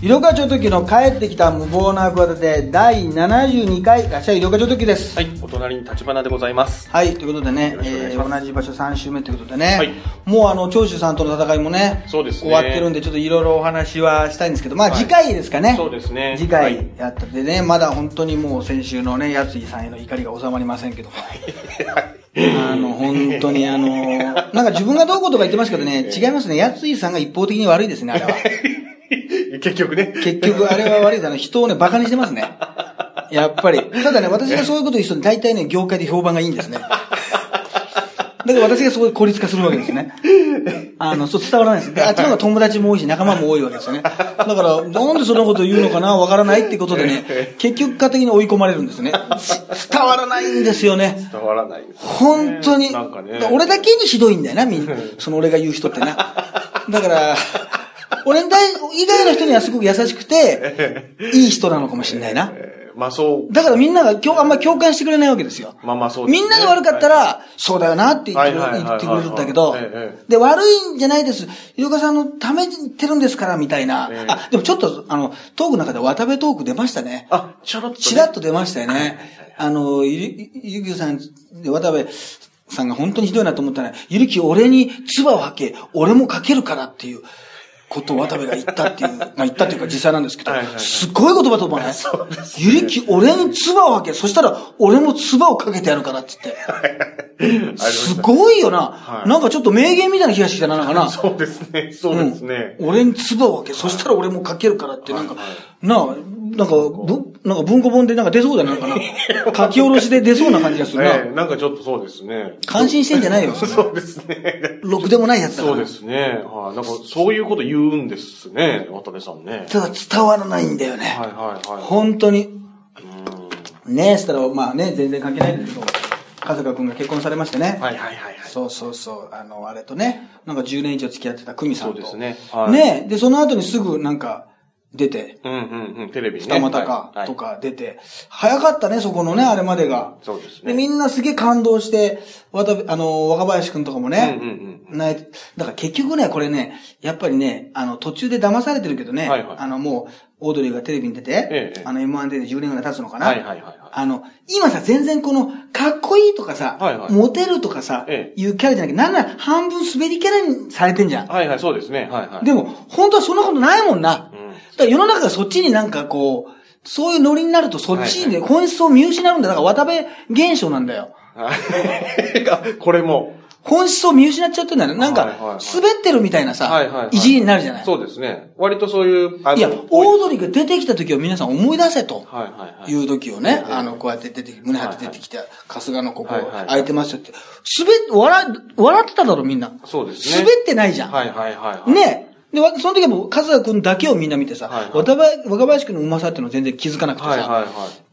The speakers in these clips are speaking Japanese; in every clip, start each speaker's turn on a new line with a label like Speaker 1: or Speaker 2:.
Speaker 1: 色川町時の帰ってきた無謀な企てで第72回がっしゃ色川町時です
Speaker 2: はい、お隣に立花でございます。
Speaker 1: はい、ということでね
Speaker 2: よろしくお願い
Speaker 1: え
Speaker 2: します
Speaker 1: ー同じ場所3週目ということでね、
Speaker 2: はい
Speaker 1: もうあの長州さんとの戦いもね
Speaker 2: そうです
Speaker 1: 終
Speaker 2: ね
Speaker 1: わってるんでちょっといろいろお話はしたいんですけどまあ
Speaker 2: はい
Speaker 1: 次回ですかね、
Speaker 2: そうですね
Speaker 1: 次
Speaker 2: はい
Speaker 1: 回やったでねまだ本当にもう先週のねやついさんへの怒りが収まりませんけどあの本当に あのなんか自分がどうこうとか言ってますけどね違いますねやついさんが一方的に悪いですねあれは
Speaker 2: 結局ね。
Speaker 1: 結局あれは悪いだね。人をね、馬鹿にしてますね。やっぱり。ただね、私がそういうこと言う人に大体ね、業界で評判がいいんですね。だから私がそこで孤立化するわけですね。あの、そう伝わらないです。であっちの方が友達も多いし、仲間も多いわけですよね。だから、なんでそんなこと言うのかなわからないってことでね、結局家的に追い込まれるんですね。つ伝わらないんですよね。
Speaker 2: 伝わらないですね。
Speaker 1: 本当に。
Speaker 2: なんかね。
Speaker 1: 俺だけにひどいんだよな、みんな。その俺が言う人 ってな。だから、俺以外の人にはすごく優しく て、いい人なのかもしれないな。
Speaker 2: えーまあそう。
Speaker 1: だからみんなが今日あんまり共感してくれないわけですよ。
Speaker 2: まあまあそうですね
Speaker 1: みんなが悪かった
Speaker 2: は
Speaker 1: ら、そうだよなって言ってくれ
Speaker 2: はいはいはい
Speaker 1: 言
Speaker 2: はい
Speaker 1: ってくれるんだけど
Speaker 2: えええ、
Speaker 1: で、悪いんじゃないです。ゆうかさんのためてるんですから、みたいな
Speaker 2: ええ。
Speaker 1: あ、でもちょっと、あの、トークの中で渡辺トーク出ましたね。
Speaker 2: あ、ちょろっとね。
Speaker 1: ちらっと出ましたよね。あの、ゆ、ゆゆきさん、渡部さんが本当にひどいなと思ったのは、ゆりき俺に唾を吐け、俺もかけるからっていうことを渡部が言ったっていう、まあ言ったっていうか実際なんですけど
Speaker 2: はいはいは、い
Speaker 1: すごい言葉飛ばないゆりき俺に唾を吐け、そしたら俺も唾をかけてやるからって言って。
Speaker 2: ありまし
Speaker 1: す
Speaker 2: た
Speaker 1: ごいよな。
Speaker 2: はい
Speaker 1: なんかちょっと名言みたいな気がしてきたな、なんかな。
Speaker 2: そうですね。そうですね。
Speaker 1: うん俺に唾を分け、そしたら俺もかけるからって、なんか、
Speaker 2: は
Speaker 1: なあ、なんか、ぶ、なんか文庫本でなんか出そうじゃ ないかな。書き下ろしで出そうな感じがする
Speaker 2: え
Speaker 1: な。
Speaker 2: え、なんかちょっとそうですね。
Speaker 1: 感心してんじゃないよ。
Speaker 2: そうです ね。
Speaker 1: ろくでもないやつだか
Speaker 2: そう
Speaker 1: ら
Speaker 2: で。すね。はい。なんかそういうこと言うんですね。渡部さんね。
Speaker 1: ただ伝わらないんだよね
Speaker 2: はい。はいはい。
Speaker 1: 本当に。
Speaker 2: うん
Speaker 1: ねえ、したら、まあね、全然関係ないんですけど、和香くんが結婚されましてね。
Speaker 2: はいはいはいはい。
Speaker 1: そうそうそう、あの、あれとね、なんか10年以上付き合ってた久美さんと。
Speaker 2: そうですねはい
Speaker 1: ねえで、その後にすぐなんか出て、
Speaker 2: うんうんうん。テレビね。
Speaker 1: 二股
Speaker 2: はいは
Speaker 1: か
Speaker 2: い
Speaker 1: とか出て、早かったね、そこのね、あれまでが。
Speaker 2: そうです
Speaker 1: み
Speaker 2: ね。
Speaker 1: んなすげえ感動して、渡部あの、若林くんとかもね、
Speaker 2: うんうんうん
Speaker 1: 泣いてだから結局ね、これね、やっぱりね、あの、途中で騙されてるけどね、
Speaker 2: はいはい
Speaker 1: あの、もう、オードリーがテレビに出て、
Speaker 2: ええ
Speaker 1: あの、M1 で10年ぐらい経つのかな。
Speaker 2: はいはいはいはい。
Speaker 1: あの、今さ、全然この、かっこいいとかさ、
Speaker 2: はいはい
Speaker 1: モテるとかさ、
Speaker 2: え
Speaker 1: いうキャラじゃなくて、なんなら半分滑りキャラにされてんじゃん。
Speaker 2: はいはい、そうですね。はいはい。
Speaker 1: でも、本当はそんなことないもんな。
Speaker 2: うん
Speaker 1: だから世の中がそっちになんかこう、そういうノリになるとそっちで本質を見失うんだよ。だから渡辺現象なんだよ。
Speaker 2: はい これも。
Speaker 1: 本質を見失っちゃってんだよ。なんか、
Speaker 2: はいはいは
Speaker 1: 滑
Speaker 2: い
Speaker 1: ってるみたいな
Speaker 2: はいはいは
Speaker 1: さ、
Speaker 2: い
Speaker 1: いじりになるじゃない。
Speaker 2: そうですね。割とそういう、あ
Speaker 1: いや、
Speaker 2: 多
Speaker 1: オードリーが出てきた時を皆さん思い出せと。
Speaker 2: はいはいはい。
Speaker 1: いう時をね、
Speaker 2: はい
Speaker 1: あの、こうやって出てき、胸張って出てきて、春日のここ
Speaker 2: はいはい
Speaker 1: 開いてますよって。滑って、笑、笑ってただろ、みんな。
Speaker 2: そうですね。
Speaker 1: 滑ってないじゃん。
Speaker 2: はいはいはいはい。。
Speaker 1: ねえ。で、わその時はもう、和也くんだけをみんな見てさ、
Speaker 2: はいはい
Speaker 1: 若林若林くんのうまさっていうのを全然気づかなくてさ、
Speaker 2: はいはいは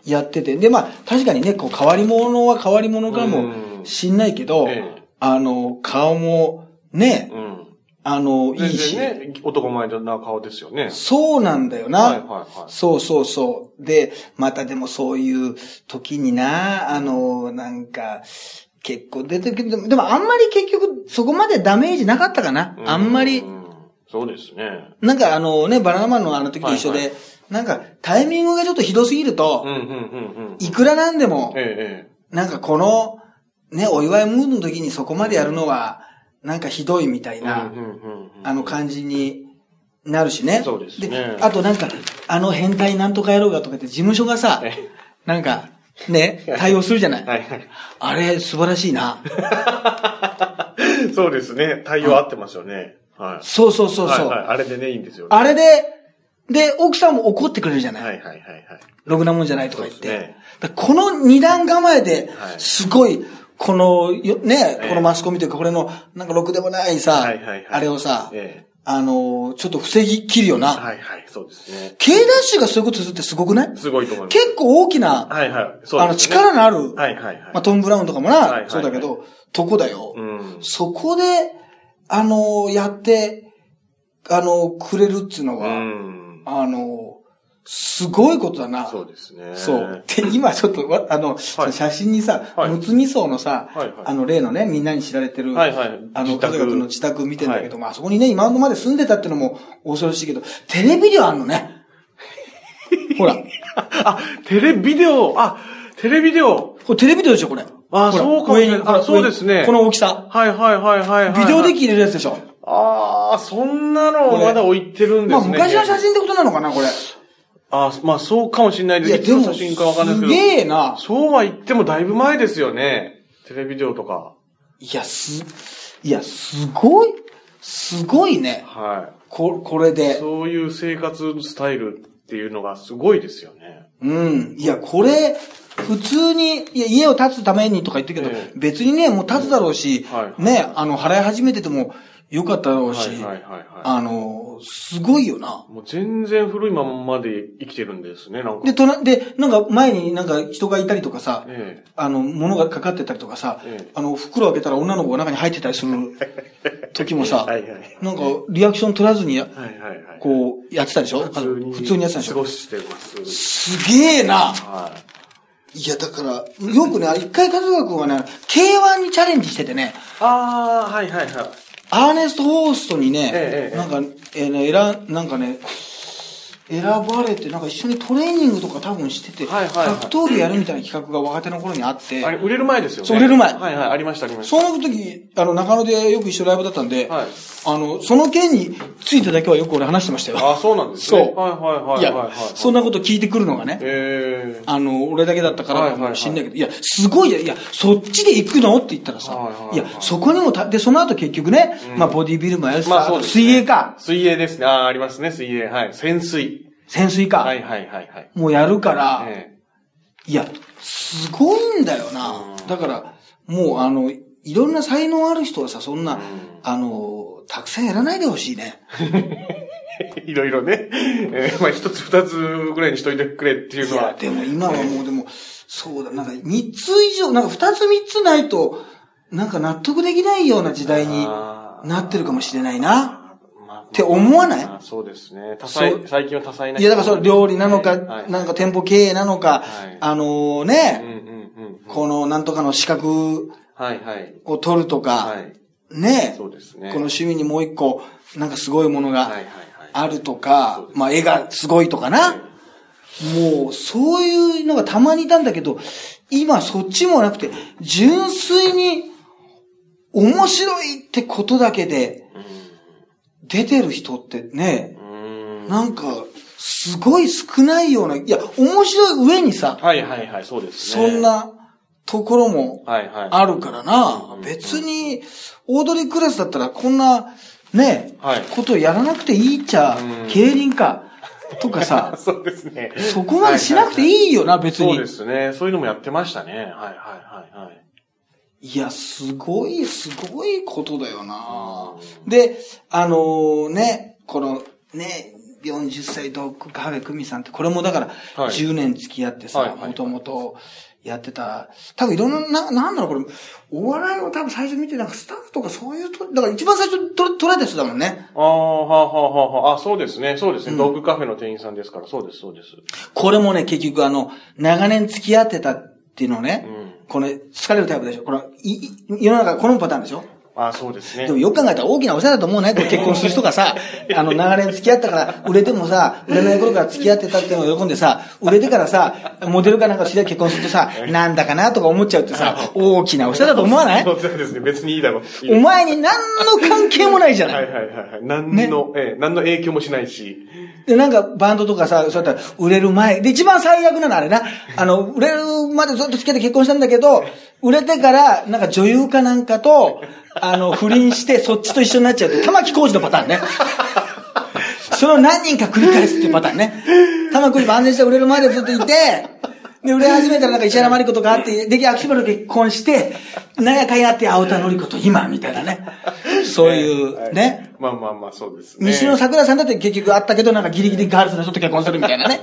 Speaker 1: やってて。で、まあ、確かにね、こう、変わり者は変わり者か
Speaker 2: う
Speaker 1: も
Speaker 2: ん
Speaker 1: しんないけど、
Speaker 2: ええ
Speaker 1: あの、顔も、ね
Speaker 2: い。、うん。
Speaker 1: あの、い
Speaker 2: 全
Speaker 1: いし、
Speaker 2: 然ね、男前な顔ですよね。
Speaker 1: そうなんだよな。
Speaker 2: はいはいはい。
Speaker 1: そうそうそう。で、またでもそういう時にな、あの、なんか、結構出てくる。でもでもあんまり結局そこまでダメージなかったかな。
Speaker 2: う
Speaker 1: あんまり
Speaker 2: う。そうですね。
Speaker 1: なんかあのね、バナナマンのあの時と一緒で、
Speaker 2: はいは
Speaker 1: なんかタイミングがちょっとひどすぎる
Speaker 2: うん
Speaker 1: と、
Speaker 2: うんうんうん。
Speaker 1: いくらなんでも
Speaker 2: え、ええ
Speaker 1: なんかこの、ね、お祝いムードの時にそこまでやるのは、なんかひどいみたい
Speaker 2: え。
Speaker 1: な、
Speaker 2: うんうんうんうん
Speaker 1: あの感じになるしね。
Speaker 2: そうですね
Speaker 1: あとなんか、あの変態なんとかやろうがとかって事務所がさ
Speaker 2: え、え
Speaker 1: なんか、 ね、対応するじゃない。
Speaker 2: はいはい。
Speaker 1: あれ、素晴らしいな。
Speaker 2: そうですね。対応合ってますよね。はい。
Speaker 1: そうそうそうそう。
Speaker 2: はいはいあれでね、いいんですよね。
Speaker 1: あれで、で、奥さんも怒ってくれるじゃない。
Speaker 2: はいはいはいはい。
Speaker 1: ろくなもんじゃないとか言っ
Speaker 2: そうで
Speaker 1: て
Speaker 2: すね。
Speaker 1: だからこの二段構えで
Speaker 2: は、い
Speaker 1: すごい、この、よね、
Speaker 2: ええ
Speaker 1: このマスコミというか、これの、なんかろくでもないさ
Speaker 2: はいはいはい、
Speaker 1: あれをさ、
Speaker 2: ええ。
Speaker 1: あのー、ちょっと防ぎきるよな。
Speaker 2: はいはい、そうですね。
Speaker 1: K ダッシュがそういうことするってすごくない
Speaker 2: すごいと思います。
Speaker 1: 結構大きな、
Speaker 2: はいはい。そう
Speaker 1: あの、
Speaker 2: ですね
Speaker 1: 力のある、
Speaker 2: はいはいはい。
Speaker 1: まあトム・ブラウンとかも
Speaker 2: はいはいは
Speaker 1: な、
Speaker 2: い
Speaker 1: そうだけど、とこだよ。
Speaker 2: うん。
Speaker 1: そこで、あのやって、あのくれるっていうの
Speaker 2: う
Speaker 1: は、
Speaker 2: ん。
Speaker 1: あのすごいことだな。
Speaker 2: そうですね。
Speaker 1: そう。で、今ちょっとわ、あの、その写真にさ、
Speaker 2: はい
Speaker 1: むつみ荘のさ、
Speaker 2: はいはい
Speaker 1: あの、例のね、みんなに知られてる、
Speaker 2: はいはい
Speaker 1: あの、
Speaker 2: 自
Speaker 1: 家
Speaker 2: 宅
Speaker 1: 族 の自宅見てんだけど、まあ、あそこにね、今まで住んでたってのも恐ろしいけど、テレビ量あんのね。ほら。
Speaker 2: あ、テレビデオ、あ、テレビデオ。
Speaker 1: これテレビデオでしょ、これ。
Speaker 2: あ
Speaker 1: ほら
Speaker 2: そうかもしれな
Speaker 1: 上
Speaker 2: い
Speaker 1: にほら
Speaker 2: あそうですね
Speaker 1: 上にこの大きさ。
Speaker 2: はいはいはいはいはい。
Speaker 1: ビデオデッキ入れるやつでしょ。
Speaker 2: ああ、そんなのまだ置いてるんで
Speaker 1: ますあ、
Speaker 2: ね。
Speaker 1: 昔の写真ってことなのかな、これ。
Speaker 2: あーまあそうかもしれないで
Speaker 1: い
Speaker 2: す。
Speaker 1: や、
Speaker 2: い
Speaker 1: で
Speaker 2: つの
Speaker 1: も、
Speaker 2: 写真かわかんないですすけど。
Speaker 1: げえな。
Speaker 2: そうは言ってもだいぶ前ですよね。テレビデオとか。
Speaker 1: いや、す、いや、すごい、すごいね。
Speaker 2: は
Speaker 1: こ、これ
Speaker 2: い。
Speaker 1: で。
Speaker 2: そういう生活スタイルっていうのがすごいですよね。
Speaker 1: うん。いや、これ、普通に、いや、家を建つためにとか言ってるけど、
Speaker 2: え
Speaker 1: 別にね、もう建つだろうし、
Speaker 2: はい
Speaker 1: ね、あの、払い始めててもよかっただろう
Speaker 2: はい
Speaker 1: し、
Speaker 2: はいはいは
Speaker 1: あの、すごいよな。
Speaker 2: い。もう全然古いまんまで生きてるんですね、なんか。
Speaker 1: で、とな、で、なんか前になんか人がいたりとかさ、
Speaker 2: え
Speaker 1: あの、物がかかってたりとかさ、
Speaker 2: ええ
Speaker 1: あの、袋開けたら女の子が中に入ってたりする時も
Speaker 2: え。
Speaker 1: さ、
Speaker 2: はいはい。
Speaker 1: なんかリアクション取らずにや、
Speaker 2: はいはいはい。
Speaker 1: こう、やってたでしょあの普通にやってたでし
Speaker 2: 過
Speaker 1: ょ
Speaker 2: ごしてます。
Speaker 1: すげえな
Speaker 2: はい。
Speaker 1: いや、だから、よくね、一回和川君はね、K1 にチャレンジしててね、
Speaker 2: ああ、はいはいはい。
Speaker 1: アーネスト・ホーストにね、
Speaker 2: ええええ
Speaker 1: なんか、えーね、選ん、なんかね、選ばれて、なんか一緒にトレーニングとか多分してて、
Speaker 2: はいはいはい
Speaker 1: 格闘技やるみたいな企画が若手の頃にあって、
Speaker 2: あれ、売れる前ですよね。
Speaker 1: そう売れる前
Speaker 2: はいはい、ありました、ありました。
Speaker 1: その時、あの、中野でよく一緒ライブだったんで、
Speaker 2: はい
Speaker 1: あの、その件についてだけはよく俺話してましたよ。
Speaker 2: あそうなんですね。
Speaker 1: そう
Speaker 2: はいはいはい
Speaker 1: いや
Speaker 2: はいはい。、
Speaker 1: そんなこと聞いてくるのがね、
Speaker 2: ええ
Speaker 1: あの、俺だけだったからかもしんないけど、いや、すごいじゃん。いや、そっちで行くのって言ったらさ
Speaker 2: はいはいは、い
Speaker 1: いや、そこにもた、で、その後結局ね、まあ、ボディビルもやるしさ、あと水泳か、
Speaker 2: 水泳ですね。ああ、ありますね、水泳。はい。潜水。
Speaker 1: 潜水
Speaker 2: は
Speaker 1: か、
Speaker 2: いはいはいはい。
Speaker 1: もうやるから、
Speaker 2: え
Speaker 1: いや、すごいんだよな
Speaker 2: う。ん
Speaker 1: だから、もう、あの、いろんな才能ある人はさ、そん
Speaker 2: う、
Speaker 1: なんあの、たくさんやらないでほしいね。
Speaker 2: え いろいろね。ええまあ、一つ二つぐらいにしといてくれっていう
Speaker 1: い
Speaker 2: のは。
Speaker 1: や、でも今はもう、でも、そうだ、なんか、3つ以上、なんか2つ3つないと、なんか納得できないような時代に
Speaker 2: あー
Speaker 1: なってるかもしれないな。
Speaker 2: まあ
Speaker 1: って思わない
Speaker 2: あそうですね。多
Speaker 1: そ
Speaker 2: 彩
Speaker 1: う、
Speaker 2: 最近は多彩な。
Speaker 1: いや、だからその料理なのか、
Speaker 2: はい
Speaker 1: なんか店舗経営なのか、
Speaker 2: はい
Speaker 1: あの
Speaker 2: うんう
Speaker 1: ね、
Speaker 2: んうん。
Speaker 1: このなんとかの資格
Speaker 2: はいはい。
Speaker 1: を取るとか、
Speaker 2: はい。
Speaker 1: ね
Speaker 2: そうですね。
Speaker 1: この趣味にもう一個、なんかすごいもの
Speaker 2: はい
Speaker 1: が
Speaker 2: はいはい。
Speaker 1: あるとか、
Speaker 2: そうです
Speaker 1: まあ絵がすごいとか
Speaker 2: い
Speaker 1: な、もうそういうのがたまにいたんだけど、今そっちもなくて、純粋に面白いってことだけで出てる人ってね、
Speaker 2: うん。
Speaker 1: なんかすごい少ないような、いや、面白い上にさ、
Speaker 2: はいはいはい、そうです
Speaker 1: そ
Speaker 2: ね。
Speaker 1: ん。なところも
Speaker 2: はいはい。
Speaker 1: あるからな
Speaker 2: う。ん
Speaker 1: 別に、オードリークラスだったらこんな、ね、
Speaker 2: はい
Speaker 1: ことをやらなくていいっちゃ
Speaker 2: う、ん
Speaker 1: 競輪か、とかさ、
Speaker 2: そうですね。
Speaker 1: そこまでしなくていいよな、別
Speaker 2: そう
Speaker 1: に
Speaker 2: で。すね。そういうのもやってましたね。はいはいはいはい。
Speaker 1: いや、すごい、すごいことだよな。
Speaker 2: う
Speaker 1: で、あのね、この、ね、40歳ドッグカフェ久美さんって、これもだから、
Speaker 2: はい
Speaker 1: 10年付き合って
Speaker 2: はい
Speaker 1: さ
Speaker 2: は、い
Speaker 1: もともとやってた、多分いろんな、ななんだろう、これ、お笑いを多分最初見て、なんかスタッフとかそういうと、だから一番最初と取られた人だもんね。
Speaker 2: ああ、はあはあはあはあ。あ、そうですね。そうですね。
Speaker 1: うん
Speaker 2: ドッグカフェの店員さんですから。そうです、そうです。
Speaker 1: これもね、結局あの、長年付き合ってたっていうのね、
Speaker 2: うん。
Speaker 1: これ、疲れるタイプでしょこの、い、い世の中好むパターンでしょ
Speaker 2: あそうですね
Speaker 1: で。もよく考えたら大きなお世話だと思うね。これ結婚する人が さ、あの、長年付き合ったから、売れてもさ、売れない頃から付き合ってたっていうのを喜んでさ、売れてからさ、モデルかなんか知り合い結婚するとさ、なんだかなとか思っちゃうってさ、大きなお世話だと思わない
Speaker 2: そうですね。別にいいだろう。いい
Speaker 1: お前に何の関係もないじゃな
Speaker 2: はい
Speaker 1: い。
Speaker 2: はいはいはい。何の、ええ、何の影響もしないし。
Speaker 1: で、なんかバンドとかさ、そうやったら売れる前、で、一番最悪なのあれな、あの、売れるまでずっと付き合って結婚したんだけど、売れてから、なんか女優かなんか と、あの、不倫して、そっちと一緒になっちゃうって、玉木浩二のパタ ーンね。それを何人か繰り返すっていうパターンね。玉木浩二も安全して売れる前でずっといて、で、売れ始めたらなんか石原まりことがあって、で、秋葉原と結婚して、長かやって青田のり子と今、みたいなね。そういう、
Speaker 2: ええ
Speaker 1: ね。。
Speaker 2: はいまあまあまあ、そうですね。
Speaker 1: 西野桜さんだって結局あったけど、なんかギリギリガールズの人と結婚するみたいな ね。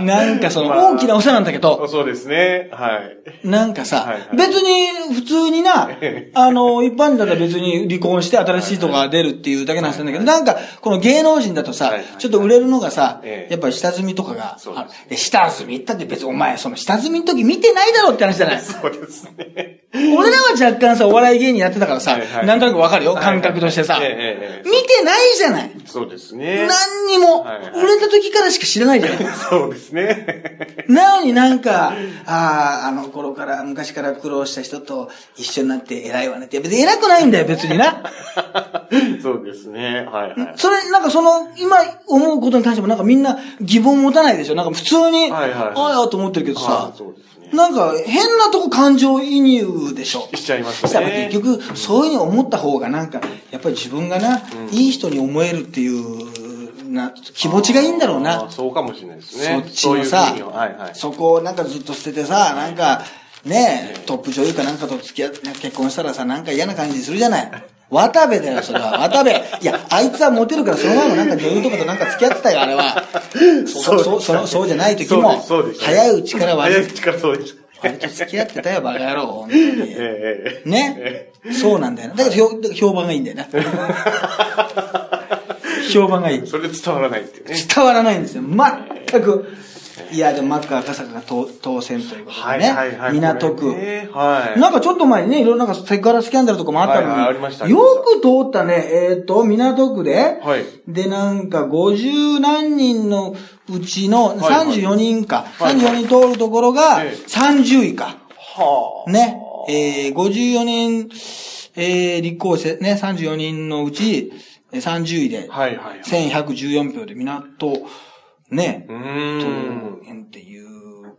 Speaker 1: なんかその
Speaker 2: まあ
Speaker 1: 大きなお世話なんだけど、
Speaker 2: そうですね。はい。
Speaker 1: なんかさ
Speaker 2: はいは、い
Speaker 1: 別に普通にな、あの、一般人だったら別に離婚して新しい人が出るっていうだけの話なんだけど、なんかこの芸能人だとさ
Speaker 2: はいは、い
Speaker 1: ちょっと売れるのがさ、
Speaker 2: ええ
Speaker 1: やっぱり下積みとかが
Speaker 2: そう
Speaker 1: あ
Speaker 2: です
Speaker 1: る。で下積みったって別にお前その下積みの時見てないだろって話じゃ ない。
Speaker 2: そうですね。
Speaker 1: 俺らは若干さ、お笑い芸人やってたからさ
Speaker 2: はいは、い
Speaker 1: なんとなくわかるよ、感覚としてさ
Speaker 2: ええええはい
Speaker 1: 見てないじゃない。
Speaker 2: そうですね。
Speaker 1: 何にも
Speaker 2: はいはい、
Speaker 1: 売れた時からしか知らないじゃ ない。
Speaker 2: そうですね。
Speaker 1: なのになんか、ああ、あの頃から、昔から苦労した人と一緒になって偉いわねって。別に偉くないんだよ、別にな。
Speaker 2: そうですね。はいはい。
Speaker 1: それ、なんかその、今思うことに対してもなんかみんな疑問持たないでしょなんか普通に、
Speaker 2: はいは
Speaker 1: あ
Speaker 2: い
Speaker 1: あやと思ってるけどさ
Speaker 2: はい、そうですね。
Speaker 1: なんか変なとこ感情移入でしょ
Speaker 2: しちゃいますね
Speaker 1: したら結局、そういうふうに思った方がなんか、やっぱり自分がな、いい人に思えるっていう、な、気持ちがいいんだろうな
Speaker 2: あー。そうかもしれないです
Speaker 1: そ
Speaker 2: ね。
Speaker 1: っちのさ
Speaker 2: そういうふうにはいはい。
Speaker 1: そこをなんかずっと捨ててさ、なんか、ねえ、トップ女優かなんかと付き合って、結婚したらさ、なんか嫌な感じするじゃ ない。渡部だよ、それは。渡部。いや、あいつはモテるから、その前もなんか女優とかとなんか付き合ってたよ、あれは。そ
Speaker 2: そう
Speaker 1: う、そう、そのそうじゃない時
Speaker 2: そう
Speaker 1: も
Speaker 2: ですそうで、す
Speaker 1: 早いうちから
Speaker 2: 早
Speaker 1: 割
Speaker 2: いうちからそうでした。
Speaker 1: 割と付き合ってたよ、バカ野郎、本当に。
Speaker 2: ええ
Speaker 1: ね
Speaker 2: え。
Speaker 1: そうなんだよな。だから評、だから評判がいいんだよ な。評判がいい
Speaker 2: え。それで伝わらないっていうね。
Speaker 1: 伝わらないんですよ。全く。いや、でも、マック赤坂が当当選ということでね。港
Speaker 2: こ
Speaker 1: 区。
Speaker 2: れねはい。
Speaker 1: なんかちょっと前にね、いろんななんかセクハラスキャンダルとかもあったのに、
Speaker 2: はいはいありました
Speaker 1: よく通ったね、えっ、と、港区で、
Speaker 2: はい
Speaker 1: で、なんか50何人のうちの
Speaker 2: いはい
Speaker 1: 34人か、
Speaker 2: はいはい
Speaker 1: 34人通るところが
Speaker 2: ええ
Speaker 1: 30位か。
Speaker 2: はあ。
Speaker 1: ね、えー、54人、えー、立候補してね、34人のうち、えー30位で、
Speaker 2: はいはいはい
Speaker 1: 1114票で港、ね
Speaker 2: う、
Speaker 1: 党
Speaker 2: ーん。
Speaker 1: 員っていう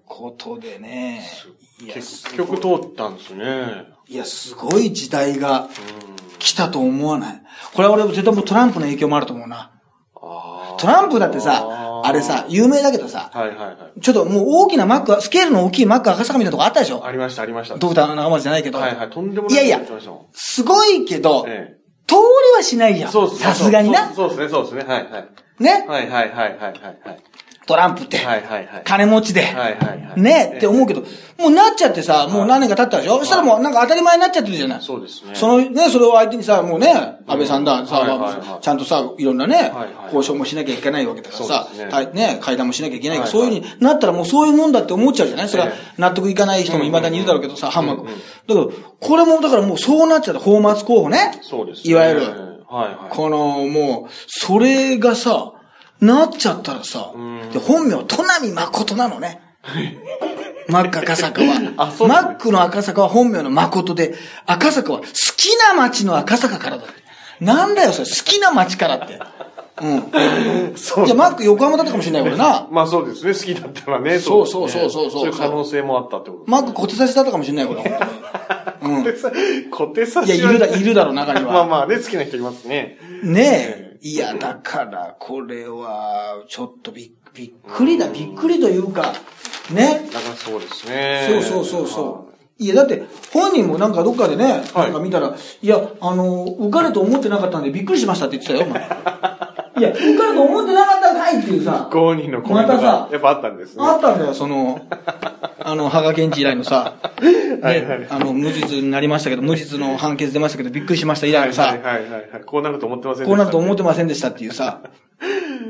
Speaker 1: ことでね、いや、す
Speaker 2: 結局通ったんですね。
Speaker 1: いや、すごい時代が来たと思わない。これは俺絶対もうトランプの影響もあると思うな。
Speaker 2: あ
Speaker 1: トランプだって
Speaker 2: あ
Speaker 1: さ、
Speaker 2: ー
Speaker 1: あれさ、有名だけどさ
Speaker 2: あ。、はいはいはい。
Speaker 1: ちょっともう大きなマック、スケールの大きいマック赤坂みたいなとこあったでしょ
Speaker 2: ありましたありました。
Speaker 1: ドクターの仲間じゃないけど。
Speaker 2: はいはい。とんでもない
Speaker 1: いやいや
Speaker 2: ことになってましたもん
Speaker 1: すごいけど、
Speaker 2: え
Speaker 1: 通りはしないじ
Speaker 2: え
Speaker 1: ゃん。
Speaker 2: そうですね。
Speaker 1: さすがにな。
Speaker 2: そうそうですね、そうですね。はいはい。
Speaker 1: ね。
Speaker 2: はいはいはいはいはいはい。
Speaker 1: トランプって、
Speaker 2: はいはいはい。
Speaker 1: 金持ちで、
Speaker 2: はいはいはい。
Speaker 1: ねって思う
Speaker 2: け
Speaker 1: けど、もうなっちゃってさ、もう何年か経ったでしょ、そしたらもうなんか当たり前になっちゃってるじゃない。
Speaker 2: そうですね
Speaker 1: そのね、それを相手にさ、もうね、安倍さんだ、さ、
Speaker 2: はいはいはい
Speaker 1: まあちゃんとさ、いろんなね、
Speaker 2: はいはい
Speaker 1: 交渉もしなきゃいけないわけだからさ
Speaker 2: そう、ですね
Speaker 1: はいね会談もしなきゃいけないから、
Speaker 2: はいはい
Speaker 1: そういうふうになったらもうそういうもんだって思っちゃうじゃないそれは
Speaker 2: え
Speaker 1: 納得いかない人も未だにいるだろうけどさ、反幕。
Speaker 2: うん
Speaker 1: だけど、これもだからもうそうなっちゃった、泡沫候補ね。
Speaker 2: そうです、
Speaker 1: いわゆる。
Speaker 2: はいはい。
Speaker 1: この、もう、それがさ、なっちゃったらさ
Speaker 2: うん、
Speaker 1: で本名、トナミ誠なのね。 マック赤坂
Speaker 2: あ
Speaker 1: は。
Speaker 2: そう
Speaker 1: マ
Speaker 2: なんだ
Speaker 1: ックの赤坂は本名の誠で、赤坂は好きな街の赤坂からだって。なんだよ、それ、好きな街からって。うん。
Speaker 2: そう
Speaker 1: いや、マック横浜だったかもしれない、これな。
Speaker 2: まあそうですね、好きだったらね。
Speaker 1: そう
Speaker 2: です
Speaker 1: そうそ
Speaker 2: ね
Speaker 1: うそうそう
Speaker 2: そういう可能性もあったってこと
Speaker 1: マック小手差しだったかもしれない、これ、本当に。うん。
Speaker 2: ですね。小手差
Speaker 1: い
Speaker 2: し
Speaker 1: や、
Speaker 2: はい
Speaker 1: るだ、いるだろう、中には。
Speaker 2: まあまあね、好きな人いますね。
Speaker 1: ねえ。いや、だから、これは、ちょっとびっびっくりだ、びっくりというか、ね。
Speaker 2: だからそうですね。
Speaker 1: そうそうそうそう。いや、だって、本人もなんかどっかでね、
Speaker 2: はい
Speaker 1: なんか見たら、いや、あの、受かると思ってなかったんでびっくりしましたって言ってたよ、お前いや、受かると思ってなかったんかいっていうさ、
Speaker 2: 5人のコメント
Speaker 1: また
Speaker 2: が
Speaker 1: さ
Speaker 2: やっぱあったんですね。
Speaker 1: あったんだよ、その、あの、羽賀健治以来のさ、
Speaker 2: はいはい
Speaker 1: ね、あの、無実になりましたけど、無実の判決出ましたけど、びっくりしました以来のさ、
Speaker 2: はいはいはいはい。こうなると思ってませんでした
Speaker 1: こうなると思ってませんでしたっていう さ。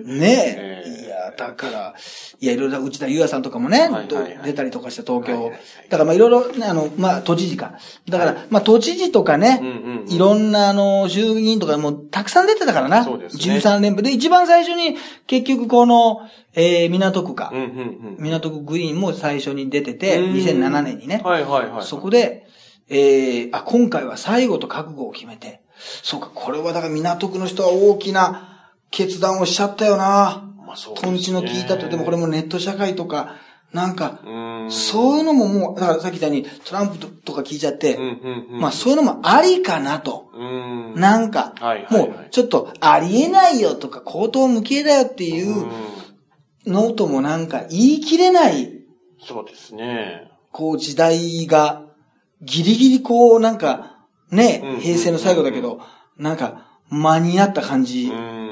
Speaker 1: ねえ。
Speaker 2: ええ
Speaker 1: いや、だから、いや、いろいろ、内田裕也さんとかもね、
Speaker 2: はい
Speaker 1: と
Speaker 2: はいはい
Speaker 1: 出たりとかして東京。
Speaker 2: はいはいはい
Speaker 1: だから、まあ、いろいろ、ね、あの、まあ、都知事か。だから、まあ、都知事とかね、
Speaker 2: うんうんうん
Speaker 1: いろんな、あの、衆議院とかもうたくさん出てたからな。
Speaker 2: そうですね
Speaker 1: 13連部で、一番最初に、結局、この、えー、港区か
Speaker 2: う。んうんうん。
Speaker 1: 港区グリーンも最初に出てて、
Speaker 2: うん
Speaker 1: 2007年にね。
Speaker 2: はいはいはい。
Speaker 1: そこで、えー、あ、今回は最後と覚悟を決めて。そうか、これはだから港区の人は大きな決断をしちゃったよな。
Speaker 2: まあそうです
Speaker 1: ト
Speaker 2: ね
Speaker 1: ンチの効いたと。でもこれもネット社会とか、なんか、
Speaker 2: うーん。
Speaker 1: そういうのももう、だからさっき言ったようにトランプととか聞いちゃって、
Speaker 2: うんうんうん。
Speaker 1: まあそういうのもありかなと。
Speaker 2: うーん。
Speaker 1: なんか、
Speaker 2: はいはいはい
Speaker 1: もうちょっとありえないよとか、口頭無形だよっていううんのともなんか言い切れない
Speaker 2: そうですね。
Speaker 1: こう時代が、ギリギリこうなんか、
Speaker 2: う
Speaker 1: ね
Speaker 2: ん、
Speaker 1: 平成の最後だけど、なんか間に合った感
Speaker 2: う
Speaker 1: じ
Speaker 2: ーん。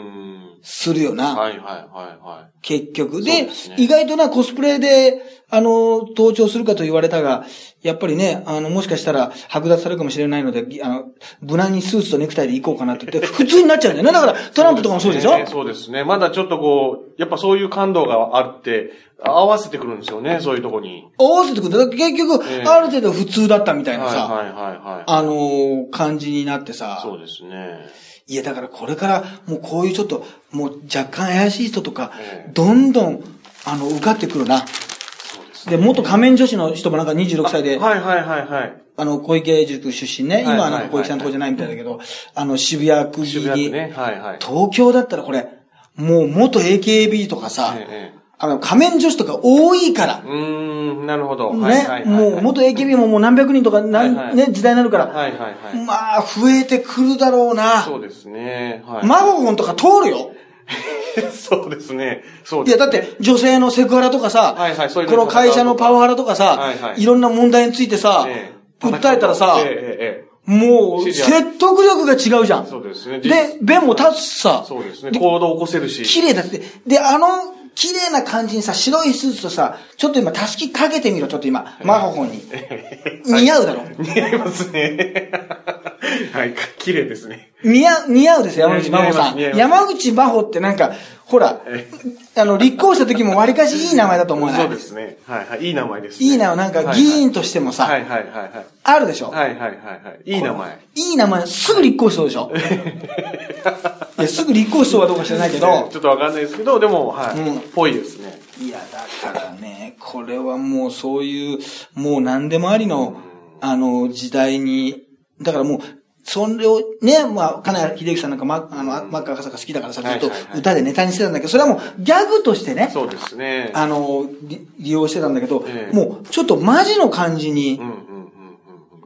Speaker 1: するよな、
Speaker 2: はいはいはいはい。
Speaker 1: 結局。
Speaker 2: そう
Speaker 1: で
Speaker 2: ですね
Speaker 1: 意外とな、コスプレで、あの、登頂するかと言われたが、やっぱりね、あの、もしかしたら剥奪されるかもしれないので、ぎあの、無難にスーツとネクタイで行こうかなって 言って、普通になっちゃうんだよね。だから、トランプとかもそうでしょ
Speaker 2: ねそうですね。まだちょっとこう、やっぱそういう感動があって、合わせてくるんですよね、そういうとこに。
Speaker 1: 合わせてくる。だから結局、
Speaker 2: ええ
Speaker 1: ある程度普通だったみた
Speaker 2: はいい
Speaker 1: な
Speaker 2: はい
Speaker 1: さ、
Speaker 2: はいは
Speaker 1: あのー感じになって
Speaker 2: い。
Speaker 1: さ、
Speaker 2: そうですね。
Speaker 1: いや、だからこれから、もうこういうちょっと、もう若干怪しい人とか
Speaker 2: ええ、
Speaker 1: どんどん、あの、受かってくるな。
Speaker 2: そうですね。
Speaker 1: で、元仮面女子の人もなんか26歳で、あ,、
Speaker 2: はいはいはいはい。
Speaker 1: の、小池塾出身ね。今はなんか小池さんのとこじゃないみたいだけど、あの、渋谷区
Speaker 2: 渋
Speaker 1: 議
Speaker 2: 谷
Speaker 1: に、
Speaker 2: 区ね。はいはい。
Speaker 1: 東京だったらこれ、もう元 AKB とかさ、
Speaker 2: ええ
Speaker 1: あの、仮面女子とか多いから
Speaker 2: う、ーん、なるほど。
Speaker 1: ね、
Speaker 2: はいはいはいはい
Speaker 1: もう元 AKB ももう何百人とか、なん
Speaker 2: はいはい
Speaker 1: ね、時代になるから、
Speaker 2: はいはいはい。
Speaker 1: まあ、増えてくるだろうな。
Speaker 2: そうですね。はい。
Speaker 1: マゴゴンとか通るよ。
Speaker 2: そうですね。そう
Speaker 1: い
Speaker 2: です
Speaker 1: や、だって、女性のセクハラとかさ、
Speaker 2: はいはいそういう
Speaker 1: こ
Speaker 2: の
Speaker 1: の会社のパワハラとかさ、
Speaker 2: はい
Speaker 1: い
Speaker 2: はい
Speaker 1: ろんな問題についてさ、
Speaker 2: ええ
Speaker 1: 訴えたらさ、
Speaker 2: えええ
Speaker 1: もう、
Speaker 2: 知り合い
Speaker 1: 説得力が違うじゃ
Speaker 2: えそ
Speaker 1: ん。
Speaker 2: うですね。
Speaker 1: で、弁も立つしさ、
Speaker 2: そうですね。行動を起こせるし。
Speaker 1: 綺麗だって。で、あの、綺麗な感じにさ、白いスーツとさ、ちょっと今、たすきかけてみろ、ちょっと今、マホホンに。 似合うだろ。
Speaker 2: 似合いますね。 はい、綺麗ですね。
Speaker 1: 似合う、似合うですよ、山口真帆さん。
Speaker 2: 似合います似合います
Speaker 1: 山口真帆ってなんか、ほら
Speaker 2: え、
Speaker 1: あの、立候補した時もわりかしいい名前だと思わない
Speaker 2: そうですね。はいはい。いい名前です、ね。
Speaker 1: いいな、なんか、議員としてもさ、
Speaker 2: はいはいはいはいはい。
Speaker 1: あるでしょ、
Speaker 2: はいはいはいはい。いい名前。
Speaker 1: いい名前、すぐ立候補しそうでし ょいや、すぐ立候補しそうはどうか知らないけど
Speaker 2: ち、ょっとわかんないですけど、でも、はい。
Speaker 1: うん
Speaker 2: ぽいですね。
Speaker 1: いや、だからね、これはもうそういう、もう何でもありの、あの、時代に、だからもう、それを、ね、まあ、金谷秀樹さんなんか、ま、あの、マッカー赤坂好きだからさ、ずっと
Speaker 2: はいはいはい
Speaker 1: 歌でネタにしてたんだけど、それはもうギャグとしてね、
Speaker 2: そうですね。
Speaker 1: あの、り利用してたんだけど、
Speaker 2: ええ
Speaker 1: もう、ちょっとマジの感じに
Speaker 2: うん、うんうんうん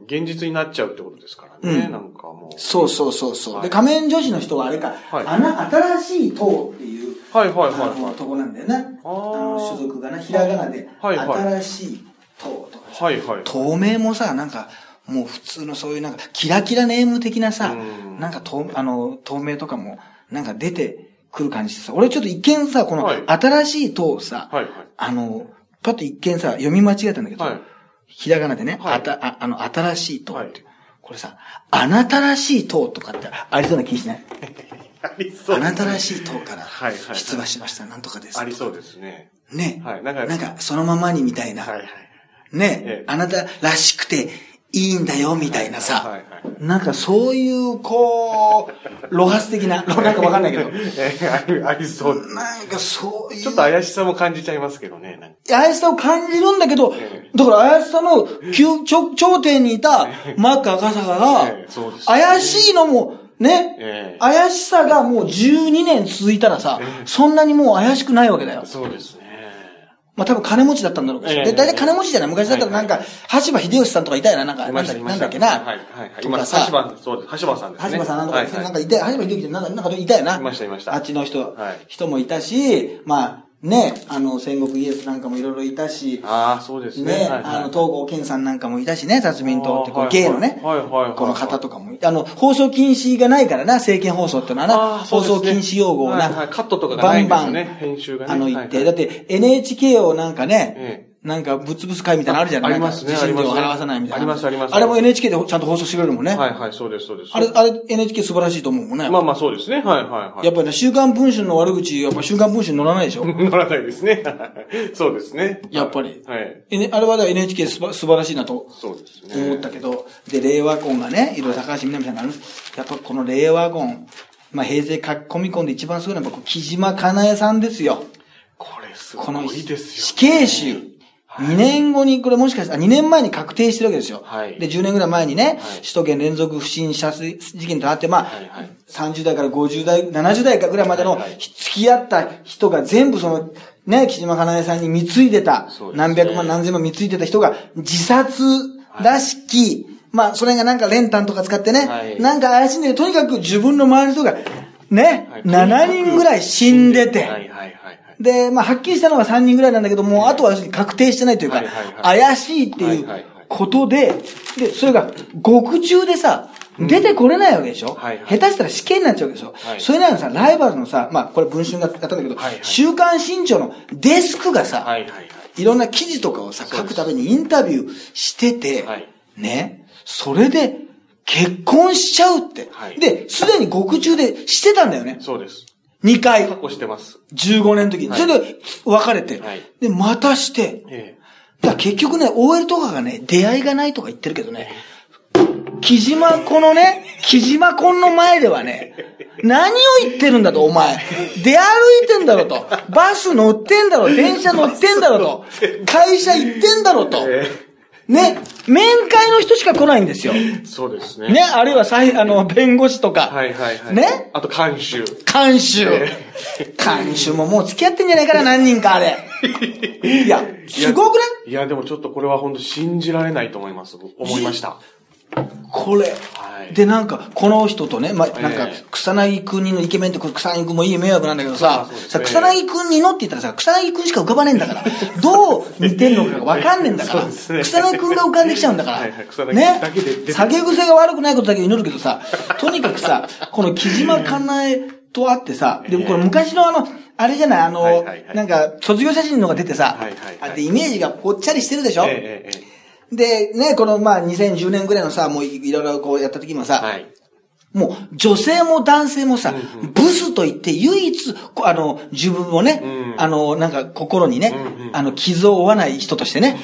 Speaker 2: うん。現実になっちゃうってことですからね。
Speaker 1: うん
Speaker 2: なんかもう。
Speaker 1: そうそうそうそう。
Speaker 2: はい
Speaker 1: で、仮面女子の人はあれか、
Speaker 2: はい
Speaker 1: あの新しい党っていう、
Speaker 2: はいはいはい
Speaker 1: あの
Speaker 2: は
Speaker 1: とこなんだよね。あ
Speaker 2: あー
Speaker 1: の、所属がな、ひらがなで、
Speaker 2: はいはい
Speaker 1: 新しい党とか。
Speaker 2: い。はいはい。
Speaker 1: 透明もさ、なんか、もう普通のそういうなんか、キラキラネーム的なさ
Speaker 2: うん、
Speaker 1: なんか透、あの、透明とかも、なんか出てくる感じでさ、俺ちょっと一見さ、この
Speaker 2: はい
Speaker 1: 新しい党さ、
Speaker 2: はいはい。
Speaker 1: あの、パッと一見さ、読み間違えたんだけど、
Speaker 2: はい
Speaker 1: ひらがなでね、
Speaker 2: はい
Speaker 1: あた、ああの、新しい党って、
Speaker 2: は
Speaker 1: これさ、あなたらしい党とかってありそうな気しない
Speaker 2: ありそう
Speaker 1: あ
Speaker 2: ですね
Speaker 1: なたらしい党から
Speaker 2: はいはいはい
Speaker 1: 出馬しました、なんとかです。
Speaker 2: ありそうですね。
Speaker 1: ね、
Speaker 2: はいなんか
Speaker 1: なんかそのままにみたいな、
Speaker 2: はいはい。
Speaker 1: ね、
Speaker 2: ええ
Speaker 1: あなたらしくていいんだよみたいなさ、
Speaker 2: はいはい
Speaker 1: なんかそういう、こう、 露発的な、な んかわかんないけど、
Speaker 2: えーありありそう。
Speaker 1: なんかそういう、
Speaker 2: ちょっと怪しさも感じちゃいますけどね。なんか
Speaker 1: 怪しさを感じるんだけど
Speaker 2: え、
Speaker 1: だから怪しさの急頂頂点にいたマーク赤坂が
Speaker 2: ええそうで、すね
Speaker 1: 怪しいのも、
Speaker 2: え
Speaker 1: ね
Speaker 2: え、
Speaker 1: 怪しさがもう12年続いたらさ、そんなにもう怪しくないわけだよ。
Speaker 2: そうですね。
Speaker 1: まあ多分金持ちだったんだろうけ
Speaker 2: え
Speaker 1: ど。
Speaker 2: え
Speaker 1: で、大体金持ちじゃない昔だったらなんか、橋場秀吉さんとかいたよな、なんか、
Speaker 2: い
Speaker 1: な
Speaker 2: ま
Speaker 1: ん
Speaker 2: し
Speaker 1: だ
Speaker 2: た、いま
Speaker 1: な
Speaker 2: し
Speaker 1: ん
Speaker 2: た。
Speaker 1: だっけな。
Speaker 2: はいはいはい。いました。
Speaker 1: と
Speaker 2: 橋
Speaker 1: か
Speaker 2: 場、そうです。橋場さんですね。
Speaker 1: 橋場さんなんとか
Speaker 2: は
Speaker 1: で
Speaker 2: い
Speaker 1: す
Speaker 2: は
Speaker 1: ね、な
Speaker 2: い
Speaker 1: んかいて、橋場秀樹ってなんか、なんかいたよな。
Speaker 2: いましたいました
Speaker 1: あっちの人、
Speaker 2: はい
Speaker 1: 人もいたし、まあ、ね、あの、戦国イエスなんかもいろいろいたし、
Speaker 2: ああ、そうです
Speaker 1: ね、
Speaker 2: ね。はいはい
Speaker 1: あの、東郷健さんなんかもいたしね、雑民党って、こ
Speaker 2: あ
Speaker 1: う、
Speaker 2: ー
Speaker 1: 芸のね、
Speaker 2: はいはいはいはいはい
Speaker 1: この方とかも、あの、放送禁止がないからな、政見放送ってのはな、
Speaker 2: あーそ
Speaker 1: 放
Speaker 2: うですね
Speaker 1: 送禁止用語をな、
Speaker 2: はいはいカットとかがないんですよね
Speaker 1: バンバン
Speaker 2: 編集がね
Speaker 1: あの、言
Speaker 2: は
Speaker 1: っ
Speaker 2: い
Speaker 1: て、
Speaker 2: はい
Speaker 1: だって、NHK をなんかね、
Speaker 2: え
Speaker 1: なんか、ぶつぶす会みたいなのあるじゃない
Speaker 2: あありますね
Speaker 1: なんか受信料を
Speaker 2: ありま
Speaker 1: 払わ
Speaker 2: すね
Speaker 1: さないみたいな。
Speaker 2: ありますあります
Speaker 1: あれも NHK でちゃんと放送してくれるもんね。
Speaker 2: はいはい、そうです、そうです。
Speaker 1: あれ、あれ NHK 素晴らしいと思うもんね。
Speaker 2: まあまあ、そうですね。はいはいはい。
Speaker 1: やっぱりね、週刊文春の悪口、やっぱ週刊文春に載らないでしょ
Speaker 2: 乗らないですね。 そうですね。
Speaker 1: やっぱり
Speaker 2: はい。
Speaker 1: えねあれはだから NHK すば素晴らしいなと
Speaker 2: そうですね。
Speaker 1: 思ったけど、で、令和婚がね、いろいろ高橋みなみさんがあるんですやっぱこの令和婚、まあ平成書き込み婚で一番すごいのは、木島かなえさんですよ。
Speaker 2: これす
Speaker 1: こ
Speaker 2: ご
Speaker 1: の
Speaker 2: いですよ。
Speaker 1: 死刑囚。2年後に、これもしかしたら2年前に確定してるわけですよ。
Speaker 2: はい
Speaker 1: で、10年ぐらい前にね、
Speaker 2: はい
Speaker 1: 首都圏連続不審者事件となって、まあ、
Speaker 2: はいはい
Speaker 1: 30代から50代、70代かぐらいまでの
Speaker 2: はいはい
Speaker 1: 付き合った人が全部その、ね、木島かなえさんに貢いでた、
Speaker 2: そうですね
Speaker 1: 何百万何千万貢いでた人が自殺らしき、まあ、それがなんか練炭とか使ってね、
Speaker 2: はい
Speaker 1: なんか怪しいんだけど、とにかく自分の周りの人が、ね、
Speaker 2: はい
Speaker 1: 7人ぐらい死んでて、
Speaker 2: はいはいはいはい。
Speaker 1: で、まあ、はっきりしたのが3人ぐらいなんだけど、もう、あとは要するに確定してないというか、
Speaker 2: はいはいはい
Speaker 1: 怪しいっていう
Speaker 2: はいはいはい
Speaker 1: ことで、で、それが、獄中でさ、出てこれないわけでしょ、
Speaker 2: はいはい
Speaker 1: 下手したら死刑になっちゃうわけでしょ、
Speaker 2: はい
Speaker 1: それなのにさ、ライバルのさ、まあ、これ文春がやったんだけど、
Speaker 2: はいはい
Speaker 1: 週刊新潮のデスクがさ、
Speaker 2: はいはいはい。
Speaker 1: いろんな記事とかをさ、
Speaker 2: そう
Speaker 1: 書
Speaker 2: です
Speaker 1: くためにインタビューしてて、
Speaker 2: はい
Speaker 1: ね、それで、結婚しちゃうって。
Speaker 2: はい
Speaker 1: で、すでに獄中でしてたんだよね。
Speaker 2: そうです。
Speaker 1: 2回、
Speaker 2: 過去してます。
Speaker 1: 15年の時に。
Speaker 2: はい
Speaker 1: それで、別れて
Speaker 2: はい。
Speaker 1: で、またして。
Speaker 2: え
Speaker 1: だから結局ね、OL とかがね、出会いがないとか言ってるけどね、木島このね、木島こんの前ではね、何を言ってるんだと、お前。出歩いてんだろと。バス乗ってんだろ、電車乗ってんだろと。会社行ってんだろと。
Speaker 2: え
Speaker 1: ね、面会の人しか来ないんですよ。ね、
Speaker 2: えそうですね。
Speaker 1: あるいはさい、あの、弁護士とか。
Speaker 2: はいはいはい。
Speaker 1: ね
Speaker 2: あと監修。
Speaker 1: 監修
Speaker 2: え。
Speaker 1: 監修ももう付き合ってんじゃないから何人かあれ。いや、すごくね
Speaker 2: いや、でもちょっとこれは本当信じられないと思います。僕思いました。
Speaker 1: これ。
Speaker 2: はい。
Speaker 1: で、なんか、この人とね、まあ、なんか
Speaker 2: ええ、
Speaker 1: 草薙くんにのイケメンって、これ草薙くんもいい迷惑なんだけどさ
Speaker 2: そうそう、
Speaker 1: さ
Speaker 2: ええ
Speaker 1: 草薙くんにのって言ったらさ、草薙くんしか浮かばねえんだ から、どう似てんのかがわかんねえんだか
Speaker 2: そう
Speaker 1: ら、
Speaker 2: ですね
Speaker 1: 草薙くんが浮かんできちゃうんだか
Speaker 2: はいはい草
Speaker 1: ら、
Speaker 2: 薙くんだけで出てく
Speaker 1: ね、
Speaker 2: る
Speaker 1: 下げ癖が悪くないことだけ祈るけどさ、とにかくさ、この木島かなえと会ってさ、で、これ昔のあの、あれじゃない、あ
Speaker 2: はい
Speaker 1: の
Speaker 2: はいは、い
Speaker 1: なんか、卒業写真のが出てさ
Speaker 2: はいはい、は
Speaker 1: あ
Speaker 2: い
Speaker 1: で、イメージがぽっちゃりしてるでしょ
Speaker 2: えええええ
Speaker 1: で、ね、このまあ2010年ぐらいのさ、もういいろいろこうやった時も
Speaker 2: え
Speaker 1: さ、
Speaker 2: はい。
Speaker 1: もう女性も男性もさ、
Speaker 2: うんう
Speaker 1: ブスと言って唯一、こあの、自分をね、
Speaker 2: うん
Speaker 1: あの、なんか心にね、
Speaker 2: うんうん
Speaker 1: あの、傷を負わない人としてね、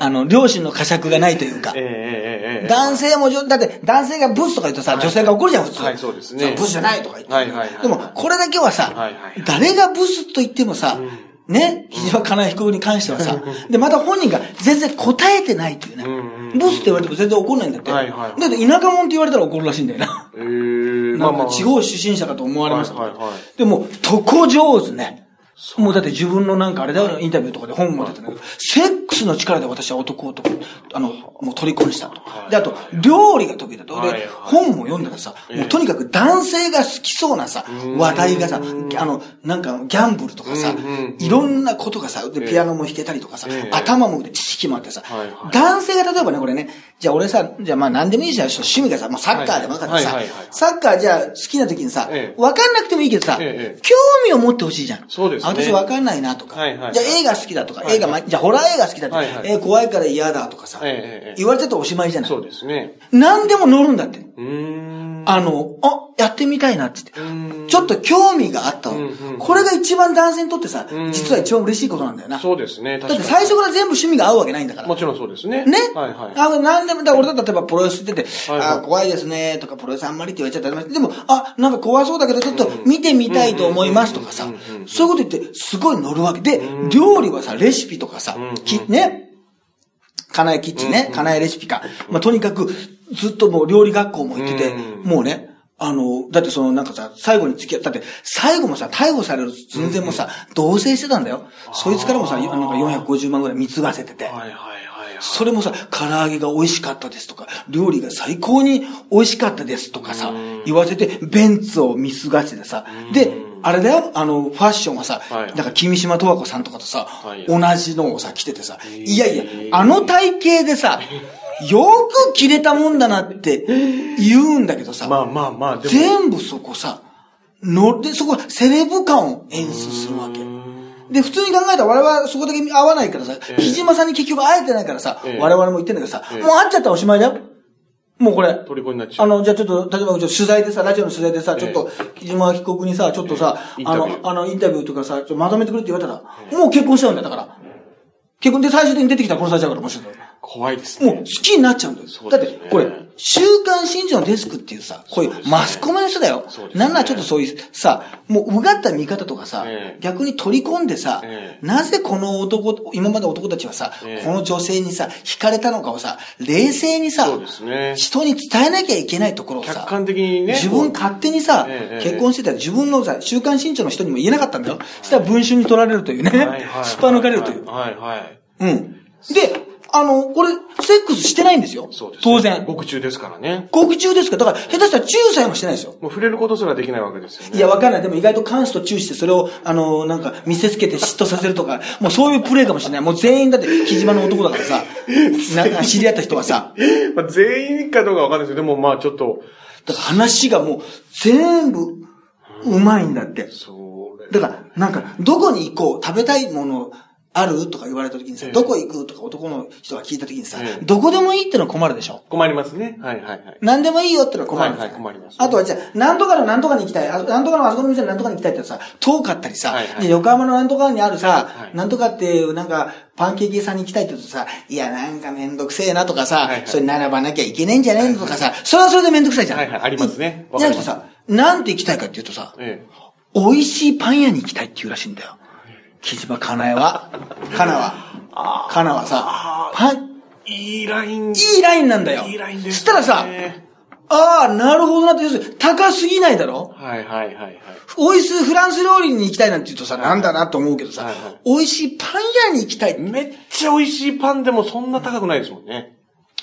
Speaker 1: あの、両親の呵責がないというか
Speaker 2: ええ、ええええ
Speaker 1: 男性も女、だって男性がブスとか言うとさ、女性が怒るじゃん、普通。
Speaker 2: はいそうですね
Speaker 1: ブスじゃないとか言って。
Speaker 2: はいはいはい
Speaker 1: でも、これだけはさ、
Speaker 2: はいはい
Speaker 1: 誰がブスと言ってもさ、ね、ひじわかなひくに関してはさ、で、また本人が全然答えてないっていうね。
Speaker 2: うんうんうん
Speaker 1: ブスって言われても全然怒んないんだって。
Speaker 2: はいはい
Speaker 1: だって田舎者って言われたら怒るらしいんだよな。
Speaker 2: ええ
Speaker 1: なんか地方出身者かと思われました。
Speaker 2: はいはいはい
Speaker 1: でも、床上手ね。もうだって自分のなんかあれだよね、インタビューとかで本も出てね、セックスの力で私は男をと、あの、もう虜にしたと。
Speaker 2: い
Speaker 1: で、あと、料理が得意だと。
Speaker 2: はいはい
Speaker 1: で、本も読んだらさ、もうとにかく男性が好きそうなさ、話題がさ、あの、なんかギャンブルとかさ
Speaker 2: うんうん、
Speaker 1: いろんなことがさ、で、
Speaker 2: ええ
Speaker 1: ピアノも弾けたりとかさ
Speaker 2: ええ、
Speaker 1: 頭も知識もあってさ
Speaker 2: はいは、い
Speaker 1: 男性が例えばね、これね、じゃあ俺さ、じゃあまあ何でもいいじゃん、趣味がさ、まあサッカーでもよかったらさ
Speaker 2: はいはいはいはい、
Speaker 1: サッカーじゃあ好きな時にさ、
Speaker 2: ええ
Speaker 1: わかんなくてもいいけどさ、
Speaker 2: ええ
Speaker 1: 興味を持ってほしいじゃん。
Speaker 2: そうですね
Speaker 1: あ私わかんないなとか、
Speaker 2: はいはい
Speaker 1: じゃあ映画好きだとか、
Speaker 2: はいはい
Speaker 1: 映画ま、じゃあホラー映画好きだとか、
Speaker 2: はいはい
Speaker 1: えー怖いから嫌だとかさ、
Speaker 2: ええええ
Speaker 1: 言われちゃったらおしまいじゃない。
Speaker 2: そうですね。
Speaker 1: 何でも乗るんだって。
Speaker 2: うーん。
Speaker 1: あの、あ、やってみたいなって言って。
Speaker 2: うん
Speaker 1: ちょっと興味があったの、
Speaker 2: うんうん
Speaker 1: これが一番男性にとってさ、
Speaker 2: うん
Speaker 1: 実は一番嬉しいことなんだよな。
Speaker 2: そうですね。
Speaker 1: だ
Speaker 2: 確
Speaker 1: っ
Speaker 2: か
Speaker 1: て
Speaker 2: に。
Speaker 1: 最初から全部趣味が合うわけないんだから。
Speaker 2: もちろんそうですね。
Speaker 1: ね、
Speaker 2: はいは
Speaker 1: あの、なんでも、だから俺だったら例えばプロレス出てて、
Speaker 2: はいはい
Speaker 1: あー怖いですねとか、プロレスあんまりって言われちゃったらダメです、でも、あ、なんか怖そうだけど、ちょっと見てみたいと思いますとかさ
Speaker 2: うんうんうんうんうんう、ん
Speaker 1: そういうこと言って、すごい乗るわけ。で、料理はさ、レシピとかさ
Speaker 2: うんうん、
Speaker 1: きね、かなえキッチンね、かなえレシピか。まあ、とにかく、ずっともう料理学校も行ってて、
Speaker 2: うん
Speaker 1: もうね、あの、だってそのなんかさ、最後に付き合ったって、最後もさ、逮捕される寸前もさ、同棲してたんだよ。そいつからもさ、なんか450万ぐらい貢がせてて。
Speaker 2: い。はいはいはいはい。
Speaker 1: それもさ、唐揚げが美味しかったですとか、料理が最高に美味しかったですとかさ、言わせて、ベンツを見すがしててさ、で、あれだよ、あの、ファッションはさ、
Speaker 2: はい
Speaker 1: なんか、君島十和子さんとかとさ、
Speaker 2: はい
Speaker 1: 同じのをさ、着ててさ、
Speaker 2: ー
Speaker 1: いやいや、あの体型でさ、よく着れたもんだなって言うんだけどさ、
Speaker 2: まあまあまあ、でも。
Speaker 1: 全部そこさ、乗って、そこはセレブ感を演出するわけ。で、普通に考えたら我々はそこだけ合わないからさ、
Speaker 2: ええ
Speaker 1: 木島さんに結局会えてないからさ、
Speaker 2: ええ
Speaker 1: 我々も言ってんだけどさ、
Speaker 2: ええ
Speaker 1: もう会っちゃったらおしまいだよ。もうこれ。
Speaker 2: 虜になっちゃ
Speaker 1: あ
Speaker 2: う。
Speaker 1: の、じゃあちょっと、例えば、取材でさ、ラジオの取材でさ、
Speaker 2: ええ
Speaker 1: ちょっと、木島被告にさ、ちょっとさ、
Speaker 2: ええ
Speaker 1: あ
Speaker 2: インタビュ
Speaker 1: の、
Speaker 2: ー
Speaker 1: あの、インタビューとかさ、ちょっとまとめてくれって言われたら、もう結婚しちゃうんだよ、だから。結婚で最終的に出てきたら殺されちゃうから、もしかしたら。
Speaker 2: 怖いです
Speaker 1: もう
Speaker 2: ね
Speaker 1: 好。きになっちゃうんだよ。
Speaker 2: そう
Speaker 1: だっ
Speaker 2: ですね
Speaker 1: て、これ、週刊新潮のデスクっていうさ、こうい
Speaker 2: そうで
Speaker 1: う
Speaker 2: すね
Speaker 1: マスコミの人だよ。
Speaker 2: そうですね
Speaker 1: なんならちょっとそういうさ、もううがった見方とかさ、
Speaker 2: ええ
Speaker 1: 逆に取り込んでさ、
Speaker 2: ええ
Speaker 1: なぜこの男、今まで男たちはさ、
Speaker 2: ええ
Speaker 1: この女性にさ、惹かれたのかをさ、冷静にさ、
Speaker 2: そうですね
Speaker 1: 人に伝えなきゃいけないところをさ、
Speaker 2: 客観的にね。
Speaker 1: 自分勝手にさ、
Speaker 2: ええええ
Speaker 1: 結婚してたら自分のさ、週刊新潮の人にも言えなかったんだよ。そしたら文春に取られるというね、すっぱ抜かれるという。
Speaker 2: はいはい。
Speaker 1: うん。で、あの、これ、セックスしてないんですよ。
Speaker 2: そうです。
Speaker 1: 当然。
Speaker 2: 獄中ですからね。
Speaker 1: 獄中ですから、だから、下手したらチューさえもしてないですよ。
Speaker 2: もう触れることすらできないわけですよね。
Speaker 1: いや、わかんない。でも意外と監視とチューして、それを、あの、なんか、見せつけて嫉妬させるとか、もうそういうプレイかもしれない。もう全員だって、木島の男だからさ、 なんか知り合った人はさ、
Speaker 2: まあ、全員かどうかわかんないですけど、でもまあちょっと、
Speaker 1: だから話がもう、全部、うまいんだって。
Speaker 2: それ。
Speaker 1: だから、なんか、どこに行こう、食べたいもの、あるとか言われた時にさ
Speaker 2: え、え
Speaker 1: どこ行くとか男の人が聞いた時にさ
Speaker 2: え、え
Speaker 1: どこでもいいってのは困るでしょ。
Speaker 2: 困りますね。はいはいはい。
Speaker 1: 何でもいいよってのは困るんです
Speaker 2: はい
Speaker 1: よ
Speaker 2: はい困ります
Speaker 1: あとはじゃあ、何とかの何とかに行きたい。あ何とかのあそこの店の何とかに行きたいってさ、遠かったりさ、
Speaker 2: はいはい
Speaker 1: で横浜の何とかにあるさ、
Speaker 2: はい
Speaker 1: 何とかっていうなんか、パンケーキ屋さんに行きたいって言うとさ、いや、なんかめんどくせえなとかさ、
Speaker 2: いはい
Speaker 1: それ並ばなきゃいけないんじゃねえのとかさ、それはそれでめんどくさいじゃん。
Speaker 2: はいはいありますね
Speaker 1: じゃなくてさ、なんて行きたいかっていうとさ、
Speaker 2: え
Speaker 1: 美味しいパン屋に行きたいって言うらしいんだよ。木島かなえは、かなは、かなはさ
Speaker 2: あ、ー
Speaker 1: パン、
Speaker 2: え。いいライン。
Speaker 1: いいラインなんだよ。
Speaker 2: いいラインです、ね。
Speaker 1: そしたらさ、ああ、なるほどなって、要するに高すぎないだろ
Speaker 2: はいはいはいはい。
Speaker 1: 美味しいフランス料理に行きたいなんて言うとさ、なんだなと思うけどさ
Speaker 2: はいはい、
Speaker 1: 美味しいパン屋に行きたい。
Speaker 2: めっちゃ美味しいパンでもそんな高くないですもんね。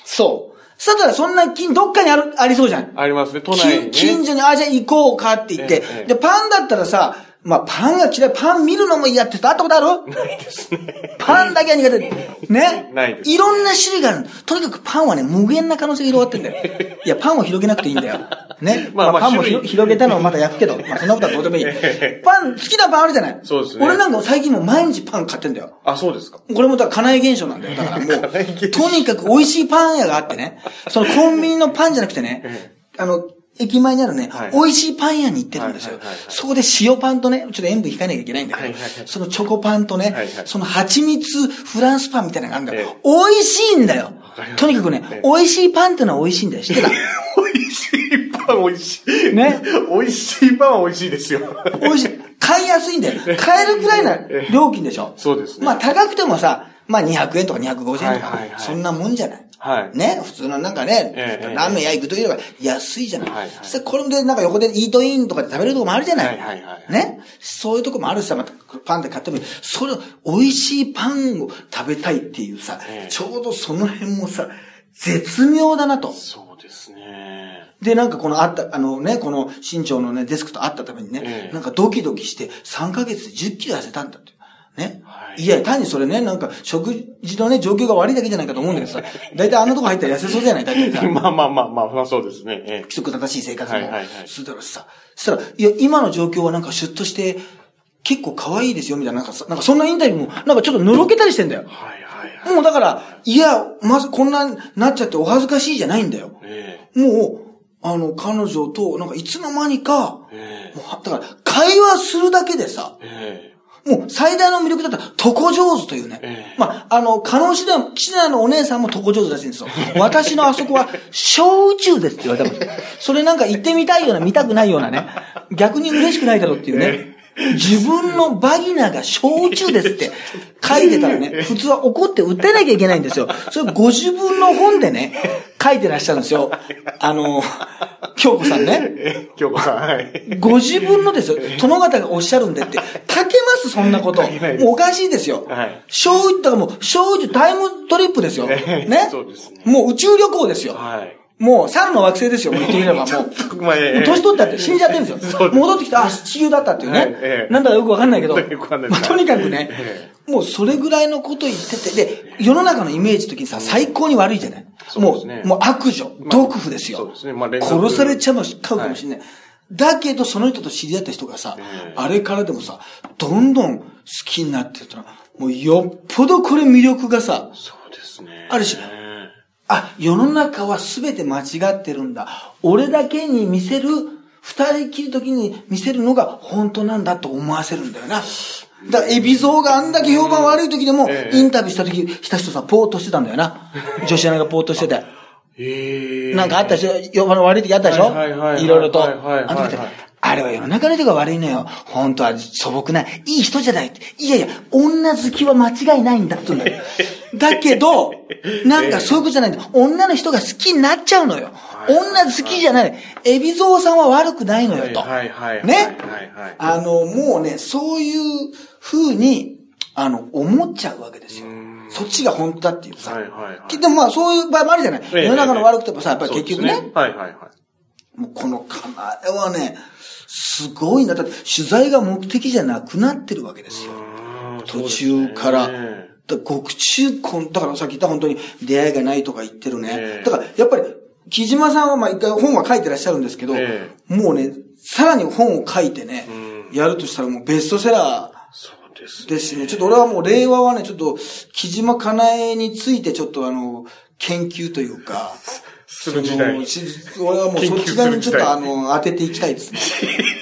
Speaker 1: そう。そしたらそんな金、どっかにある、ありそうじゃん。
Speaker 2: ありますね、都内に、
Speaker 1: 近
Speaker 2: ね。
Speaker 1: 近所に、あ、じゃあ行こうかって言っ
Speaker 2: えええ
Speaker 1: て。
Speaker 2: え
Speaker 1: で、パンだったらさ、まあ、パンが嫌い、パン見るのも嫌って人会ったことある
Speaker 2: ないですね。
Speaker 1: パンだけは苦 手。ね
Speaker 2: ないです
Speaker 1: いろんな種類がある。とにかくパンはね、無限な可能性が広がってんだ よ。いや、パンを広げなくていいんだよ。ね。
Speaker 2: まあまあ
Speaker 1: パンも
Speaker 2: 種類
Speaker 1: 広広げたのはまだ焼くけど、まあそんなことはどうで もいい。パン、好きなパンあるじゃない
Speaker 2: そうですね
Speaker 1: 俺なんか最近もう毎日パン買ってんだよ。
Speaker 2: あ、そうですか。
Speaker 1: これもだから、家内現象なんだよ。だからも
Speaker 2: 家内現
Speaker 1: う、とにかく美味しいパン屋があってね、そのコンビニのパンじゃなくてね
Speaker 2: え、
Speaker 1: あの、駅前にあるね、
Speaker 2: はい
Speaker 1: 美味しいパン屋に行ってるんですよ
Speaker 2: はいはいはいは。い
Speaker 1: そこで塩パンとね、ちょっと塩分引かなきゃいけないんだ
Speaker 2: は
Speaker 1: け
Speaker 2: い
Speaker 1: ど
Speaker 2: はいは、い
Speaker 1: そのチョコパンとね、
Speaker 2: はいはい
Speaker 1: その蜂蜜フランスパンみたいなのがあるんだよ
Speaker 2: え。
Speaker 1: 美味しいんだよ
Speaker 2: かりま。す
Speaker 1: とにかくね
Speaker 2: ええ、
Speaker 1: 美味しいパンってのは美味しいんだよ。知ってた
Speaker 2: 美味しいパン美味しい。
Speaker 1: ね。
Speaker 2: 美味しいパンは美味しいですよ。
Speaker 1: 美味しい。買いやすいんだよ。買えるくらいな料金でしょ。
Speaker 2: そうですね
Speaker 1: まあ高くてもさ、まあ200円とか250円と
Speaker 2: はいはいは
Speaker 1: か、
Speaker 2: い
Speaker 1: そんなもんじゃない。
Speaker 2: はい。
Speaker 1: ね、普通のなんかね、
Speaker 2: ええ
Speaker 1: ラーメン屋行くときとか安いじゃない。
Speaker 2: はいはい
Speaker 1: そしたらこれでなんか横でイートインとかで食べるとこもあるじゃない。
Speaker 2: はいはいはい
Speaker 1: ね、そういうとこもあるしさ、またパンで買ってもいい。それを美味しいパンを食べたいっていうさ、
Speaker 2: ええ
Speaker 1: ちょうどその辺もさ、絶妙だなと。
Speaker 2: そうですね。
Speaker 1: で、なんかこのあった、あのね、この身長のね、デスクと会ったためにね、
Speaker 2: ええ
Speaker 1: なんかドキドキして3ヶ月で10キロ痩せたんだって。ね。
Speaker 2: はい
Speaker 1: い、や、単にそれね、なんか食事のね、状況が悪いだけじゃないかと思うんだけどさ、だいたいあんなとこ入ったら痩せそうじゃないだってさ。
Speaker 2: まあまあまあまあ、まあそうですね。ええ
Speaker 1: 規則正しい生活
Speaker 2: はい
Speaker 1: も
Speaker 2: はいはい
Speaker 1: するだろうしさ。そしたら、いや、今の状況はなんかシュッとして、結構可愛いですよ、みたいな、なんかさ、なんかそんなインタビューも、なんかちょっとのろけたりしてんだよ。
Speaker 2: はいはいはい。
Speaker 1: もうだから、いや、まずこんななっちゃってお恥ずかしいじゃないんだよ。
Speaker 2: え
Speaker 1: もう、あの、彼女と、なんかいつの間にか、も
Speaker 2: ええ
Speaker 1: うだから、会話するだけでさ、
Speaker 2: ええ
Speaker 1: もう最大の魅力だったら、とこ上手というね。
Speaker 2: ええ
Speaker 1: まあ、あの、加納シダ、シダのお姉さんもとこ上手らしいんですよ。私のあそこは、小宇宙ですって言われ たんですそれなんか行ってみたいような、見たくないようなね。逆に嬉しくないだろうっていうね。自分のバギナが小宇宙です って書いてたらね、普通は怒って訴えなきゃいけないんですよ。それご自分の本でね、書いてらっしゃるんですよ。あの、京子さんね。
Speaker 2: ええ今日は、はい。
Speaker 1: ご自分のです よ、殿方がおっしゃるんでって、書けますそんなこと。も
Speaker 2: 書けないです
Speaker 1: うおかしいですよ
Speaker 2: はい。
Speaker 1: 小宇宙、だからもう、小宇宙タイムトリップですよ。
Speaker 2: ええ
Speaker 1: ね
Speaker 2: そうですね
Speaker 1: もう宇宙旅行ですよ。
Speaker 2: はい。
Speaker 1: もう、猿の惑星ですよ、もう言ってみればもう。
Speaker 2: まあ、え
Speaker 1: もう
Speaker 2: え
Speaker 1: 年取ったって死んじゃってるんです
Speaker 2: そう
Speaker 1: よ。
Speaker 2: です
Speaker 1: 戻ってきた、あ、地球だったっていう
Speaker 2: はいえ
Speaker 1: ね。
Speaker 2: え
Speaker 1: なんだかよくわかんないけど。
Speaker 2: よくわかんないです
Speaker 1: まあとにかくね
Speaker 2: え、
Speaker 1: もうそれぐらいのこと言ってて、で、世の中のイメージ的にさ、最高に悪いじゃない
Speaker 2: そう
Speaker 1: も
Speaker 2: ですね
Speaker 1: う、もう悪女、毒婦ですよ。
Speaker 2: そうですねまあ連続
Speaker 1: 殺されちゃうかもしれない。だけど、その人と知り合った人がさ
Speaker 2: ええ、
Speaker 1: あれからでもさ、どんどん好きになってったら、もうよっぽどこれ魅力がさ、
Speaker 2: そうですね。
Speaker 1: あるし
Speaker 2: ええ
Speaker 1: あ、世の中は全て間違ってるんだ。俺だけに見せる、二人きり時に見せるのが本当なんだと思わせるんだよな。だから、エビゾーがあんだけ評判悪い時でも、
Speaker 2: ええ
Speaker 1: インタビューした時、した人さ、ぽーっとしてたんだよな。女子アナがぽーっとしてて。
Speaker 2: ええ
Speaker 1: なんかあったでしょ評判の悪い時あったでしょ
Speaker 2: はいはいはいはい
Speaker 1: いろいろと。
Speaker 2: は
Speaker 1: あ
Speaker 2: いはいはい
Speaker 1: の時だってあれは世の中の人が悪いのよ。本当は素朴な、いい人じゃないって。いやいや、女好きは間違いないんだって言うんだ よ。だけど、なんかそういうことじゃないんだ。女の人が好きになっちゃうのよ。
Speaker 2: はい
Speaker 1: 女好きじゃない。海老蔵さんは悪くないのよと。
Speaker 2: はいはいはい。
Speaker 1: ね
Speaker 2: はいはい。
Speaker 1: あの、もうね、そういう風に、あの、思っちゃうわけですよ
Speaker 2: うん。
Speaker 1: そっちが本当だっていうさ。
Speaker 2: はいはいはい
Speaker 1: きでもまあそういう場合もあるじゃない。
Speaker 2: ええ
Speaker 1: 世の中の悪くてもさ、やっぱり結局ね
Speaker 2: そうですはいはいは
Speaker 1: もうこのカナエはね、すごいな。だって取材が目的じゃなくなってるわけですよ。
Speaker 2: い。うん
Speaker 1: 途中から。
Speaker 2: そうですね
Speaker 1: だから獄中婚、だからさっき言った本当に出会いがないとか言ってるね。
Speaker 2: ええ
Speaker 1: だからやっぱり、木島さんはまあ一回本は書いてらっしゃるんですけど、
Speaker 2: え
Speaker 1: もうね、さらに本を書いてね、
Speaker 2: う
Speaker 1: やるとしたらもうベストセラー、
Speaker 2: そうです。
Speaker 1: ですね。ちょっと俺はもう令和はね、ちょっと、木島かなえについてちょっとあの、研究というか、
Speaker 2: する時代。
Speaker 1: そ
Speaker 2: い
Speaker 1: のし俺はもうそっち側にちょっとあの、当てていきたいですね。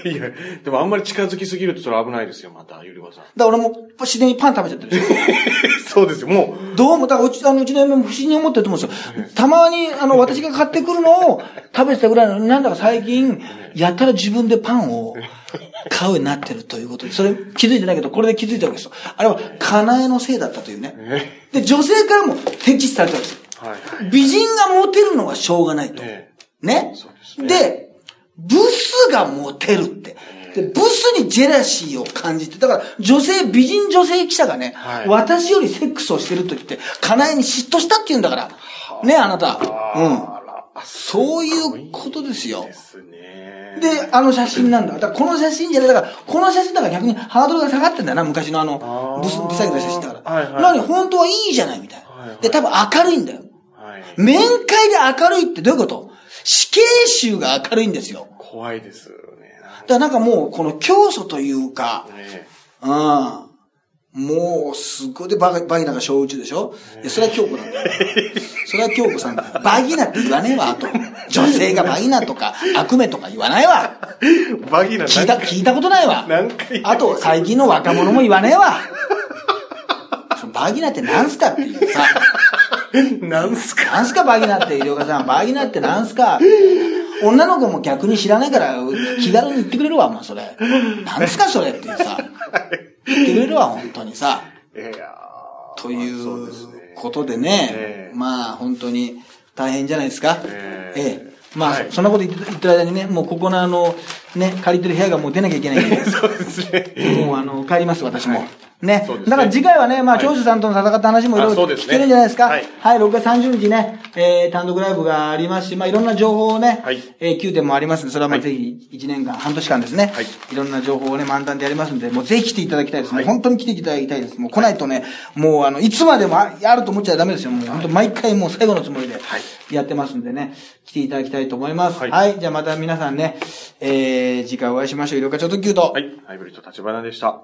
Speaker 2: や、でもあんまり近づきすぎるとそれ危ないですよ、また、ゆりこさ
Speaker 1: だ
Speaker 2: ん。
Speaker 1: から俺も自然にパン食べちゃってるでし
Speaker 2: そうですよ、も
Speaker 1: ょ。どうも、だからうちあのうちの嫁も不思議に思ってると思うんですよ。たまにあの、私が買ってくるのを食べてたぐらいなのに、なんだか最近、やたら自分でパンを買うようになってるということで、それ気づいてないけど、これで気づいたわけですよ。あれは、かなえのせいだったというね
Speaker 2: う。。ね。
Speaker 1: で、女性からも敵視されたんですよ。
Speaker 2: はいはい。
Speaker 1: 美人がモテるのはしょうがないと。
Speaker 2: え
Speaker 1: ね
Speaker 2: そうです
Speaker 1: で
Speaker 2: ね
Speaker 1: ブスがモテるって。で、ブスにジェラシーを感じて、だから女性、美人女性記者がね、
Speaker 2: はい
Speaker 1: 私よりセックスをしてると言って、カナエに嫉妬したって言うんだから。ね、あなた。うん。
Speaker 2: あら、あ
Speaker 1: そういうことですよ。
Speaker 2: ですね。
Speaker 1: で、あの写真なんだ。だからこの写真じゃない。だから、この写真だから逆にハードルが下がってんだよな、昔のあ
Speaker 2: あ
Speaker 1: の
Speaker 2: ー、
Speaker 1: ブス、ブサイクな写真だから。
Speaker 2: はいはい
Speaker 1: なのに本当はいいじゃないみたいな。
Speaker 2: はいはい
Speaker 1: で、多分明るいんだよ。
Speaker 2: はい。
Speaker 1: 面会で明るいってどういうこと死刑囚が明るいんですよ。
Speaker 2: 怖いですよね。
Speaker 1: だからなんかもう、この教祖というか、
Speaker 2: ね
Speaker 1: うん。もう、すごい。で、バカバギナが小宇宙でしょいや、それは京子なんだよ。それは京子さんだよ。バギナって言わねえわ、あと。女性がバギナとか、悪名とか言わないわ。
Speaker 2: バギナ
Speaker 1: 聞いた、聞いたことないわ。
Speaker 2: 何回言った
Speaker 1: あと、最近の若者も言わねえわ。そのバギナってなんすかっていうさ。
Speaker 2: なんすか
Speaker 1: なんすかバギナって、医療家さん。バギナってなんすか女の子も逆に知らないから、気軽に言ってくれるわ、もうそれ。なんすかそれってさ。言ってくれるわ、本当にさ。
Speaker 2: いやー
Speaker 1: とい
Speaker 2: そうで
Speaker 1: う
Speaker 2: すね。
Speaker 1: ことで
Speaker 2: え
Speaker 1: ね、
Speaker 2: え
Speaker 1: まあ本当に大変じゃないですか。
Speaker 2: ええ
Speaker 1: ええまあ、
Speaker 2: はい
Speaker 1: そんなこと言って言ってる間にね、もうここのあの、ね、借りてる部屋がもう出なきゃいけないんで。
Speaker 2: そうですね。
Speaker 1: もうあの、帰ります、私も。ね
Speaker 2: そうで。すね
Speaker 1: だから次回はね、まあ、
Speaker 2: はい
Speaker 1: 長州さんとの戦った話もいろい
Speaker 2: あそ
Speaker 1: ろ
Speaker 2: うですね
Speaker 1: 聞けるんじゃないですか。は
Speaker 2: はいい。
Speaker 1: 6月30日ね、えー単独ライブがありますし、まあ、いろんな情報をね、
Speaker 2: はい
Speaker 1: えー、9点もありますんで、それはまあ、
Speaker 2: はい
Speaker 1: ぜひ、1年間、半年間ですね。は
Speaker 2: はいい。
Speaker 1: いろんな情報をね、満タンでやりますんで、もうぜひ来ていただきたいです。
Speaker 2: はい
Speaker 1: もう本当に来ていただきたいです。もう来ないとね、もうあの、いつまでもああると思っちゃダメですよ。もう本当、毎回もう最後のつもりで、やってますんでね、来ていただきたいと思います。は。
Speaker 2: はいい
Speaker 1: じゃあまた皆さんね、えー、次回お会いしましょう。いろかちょっと9と。
Speaker 2: はい。ハイブリッド立花でした。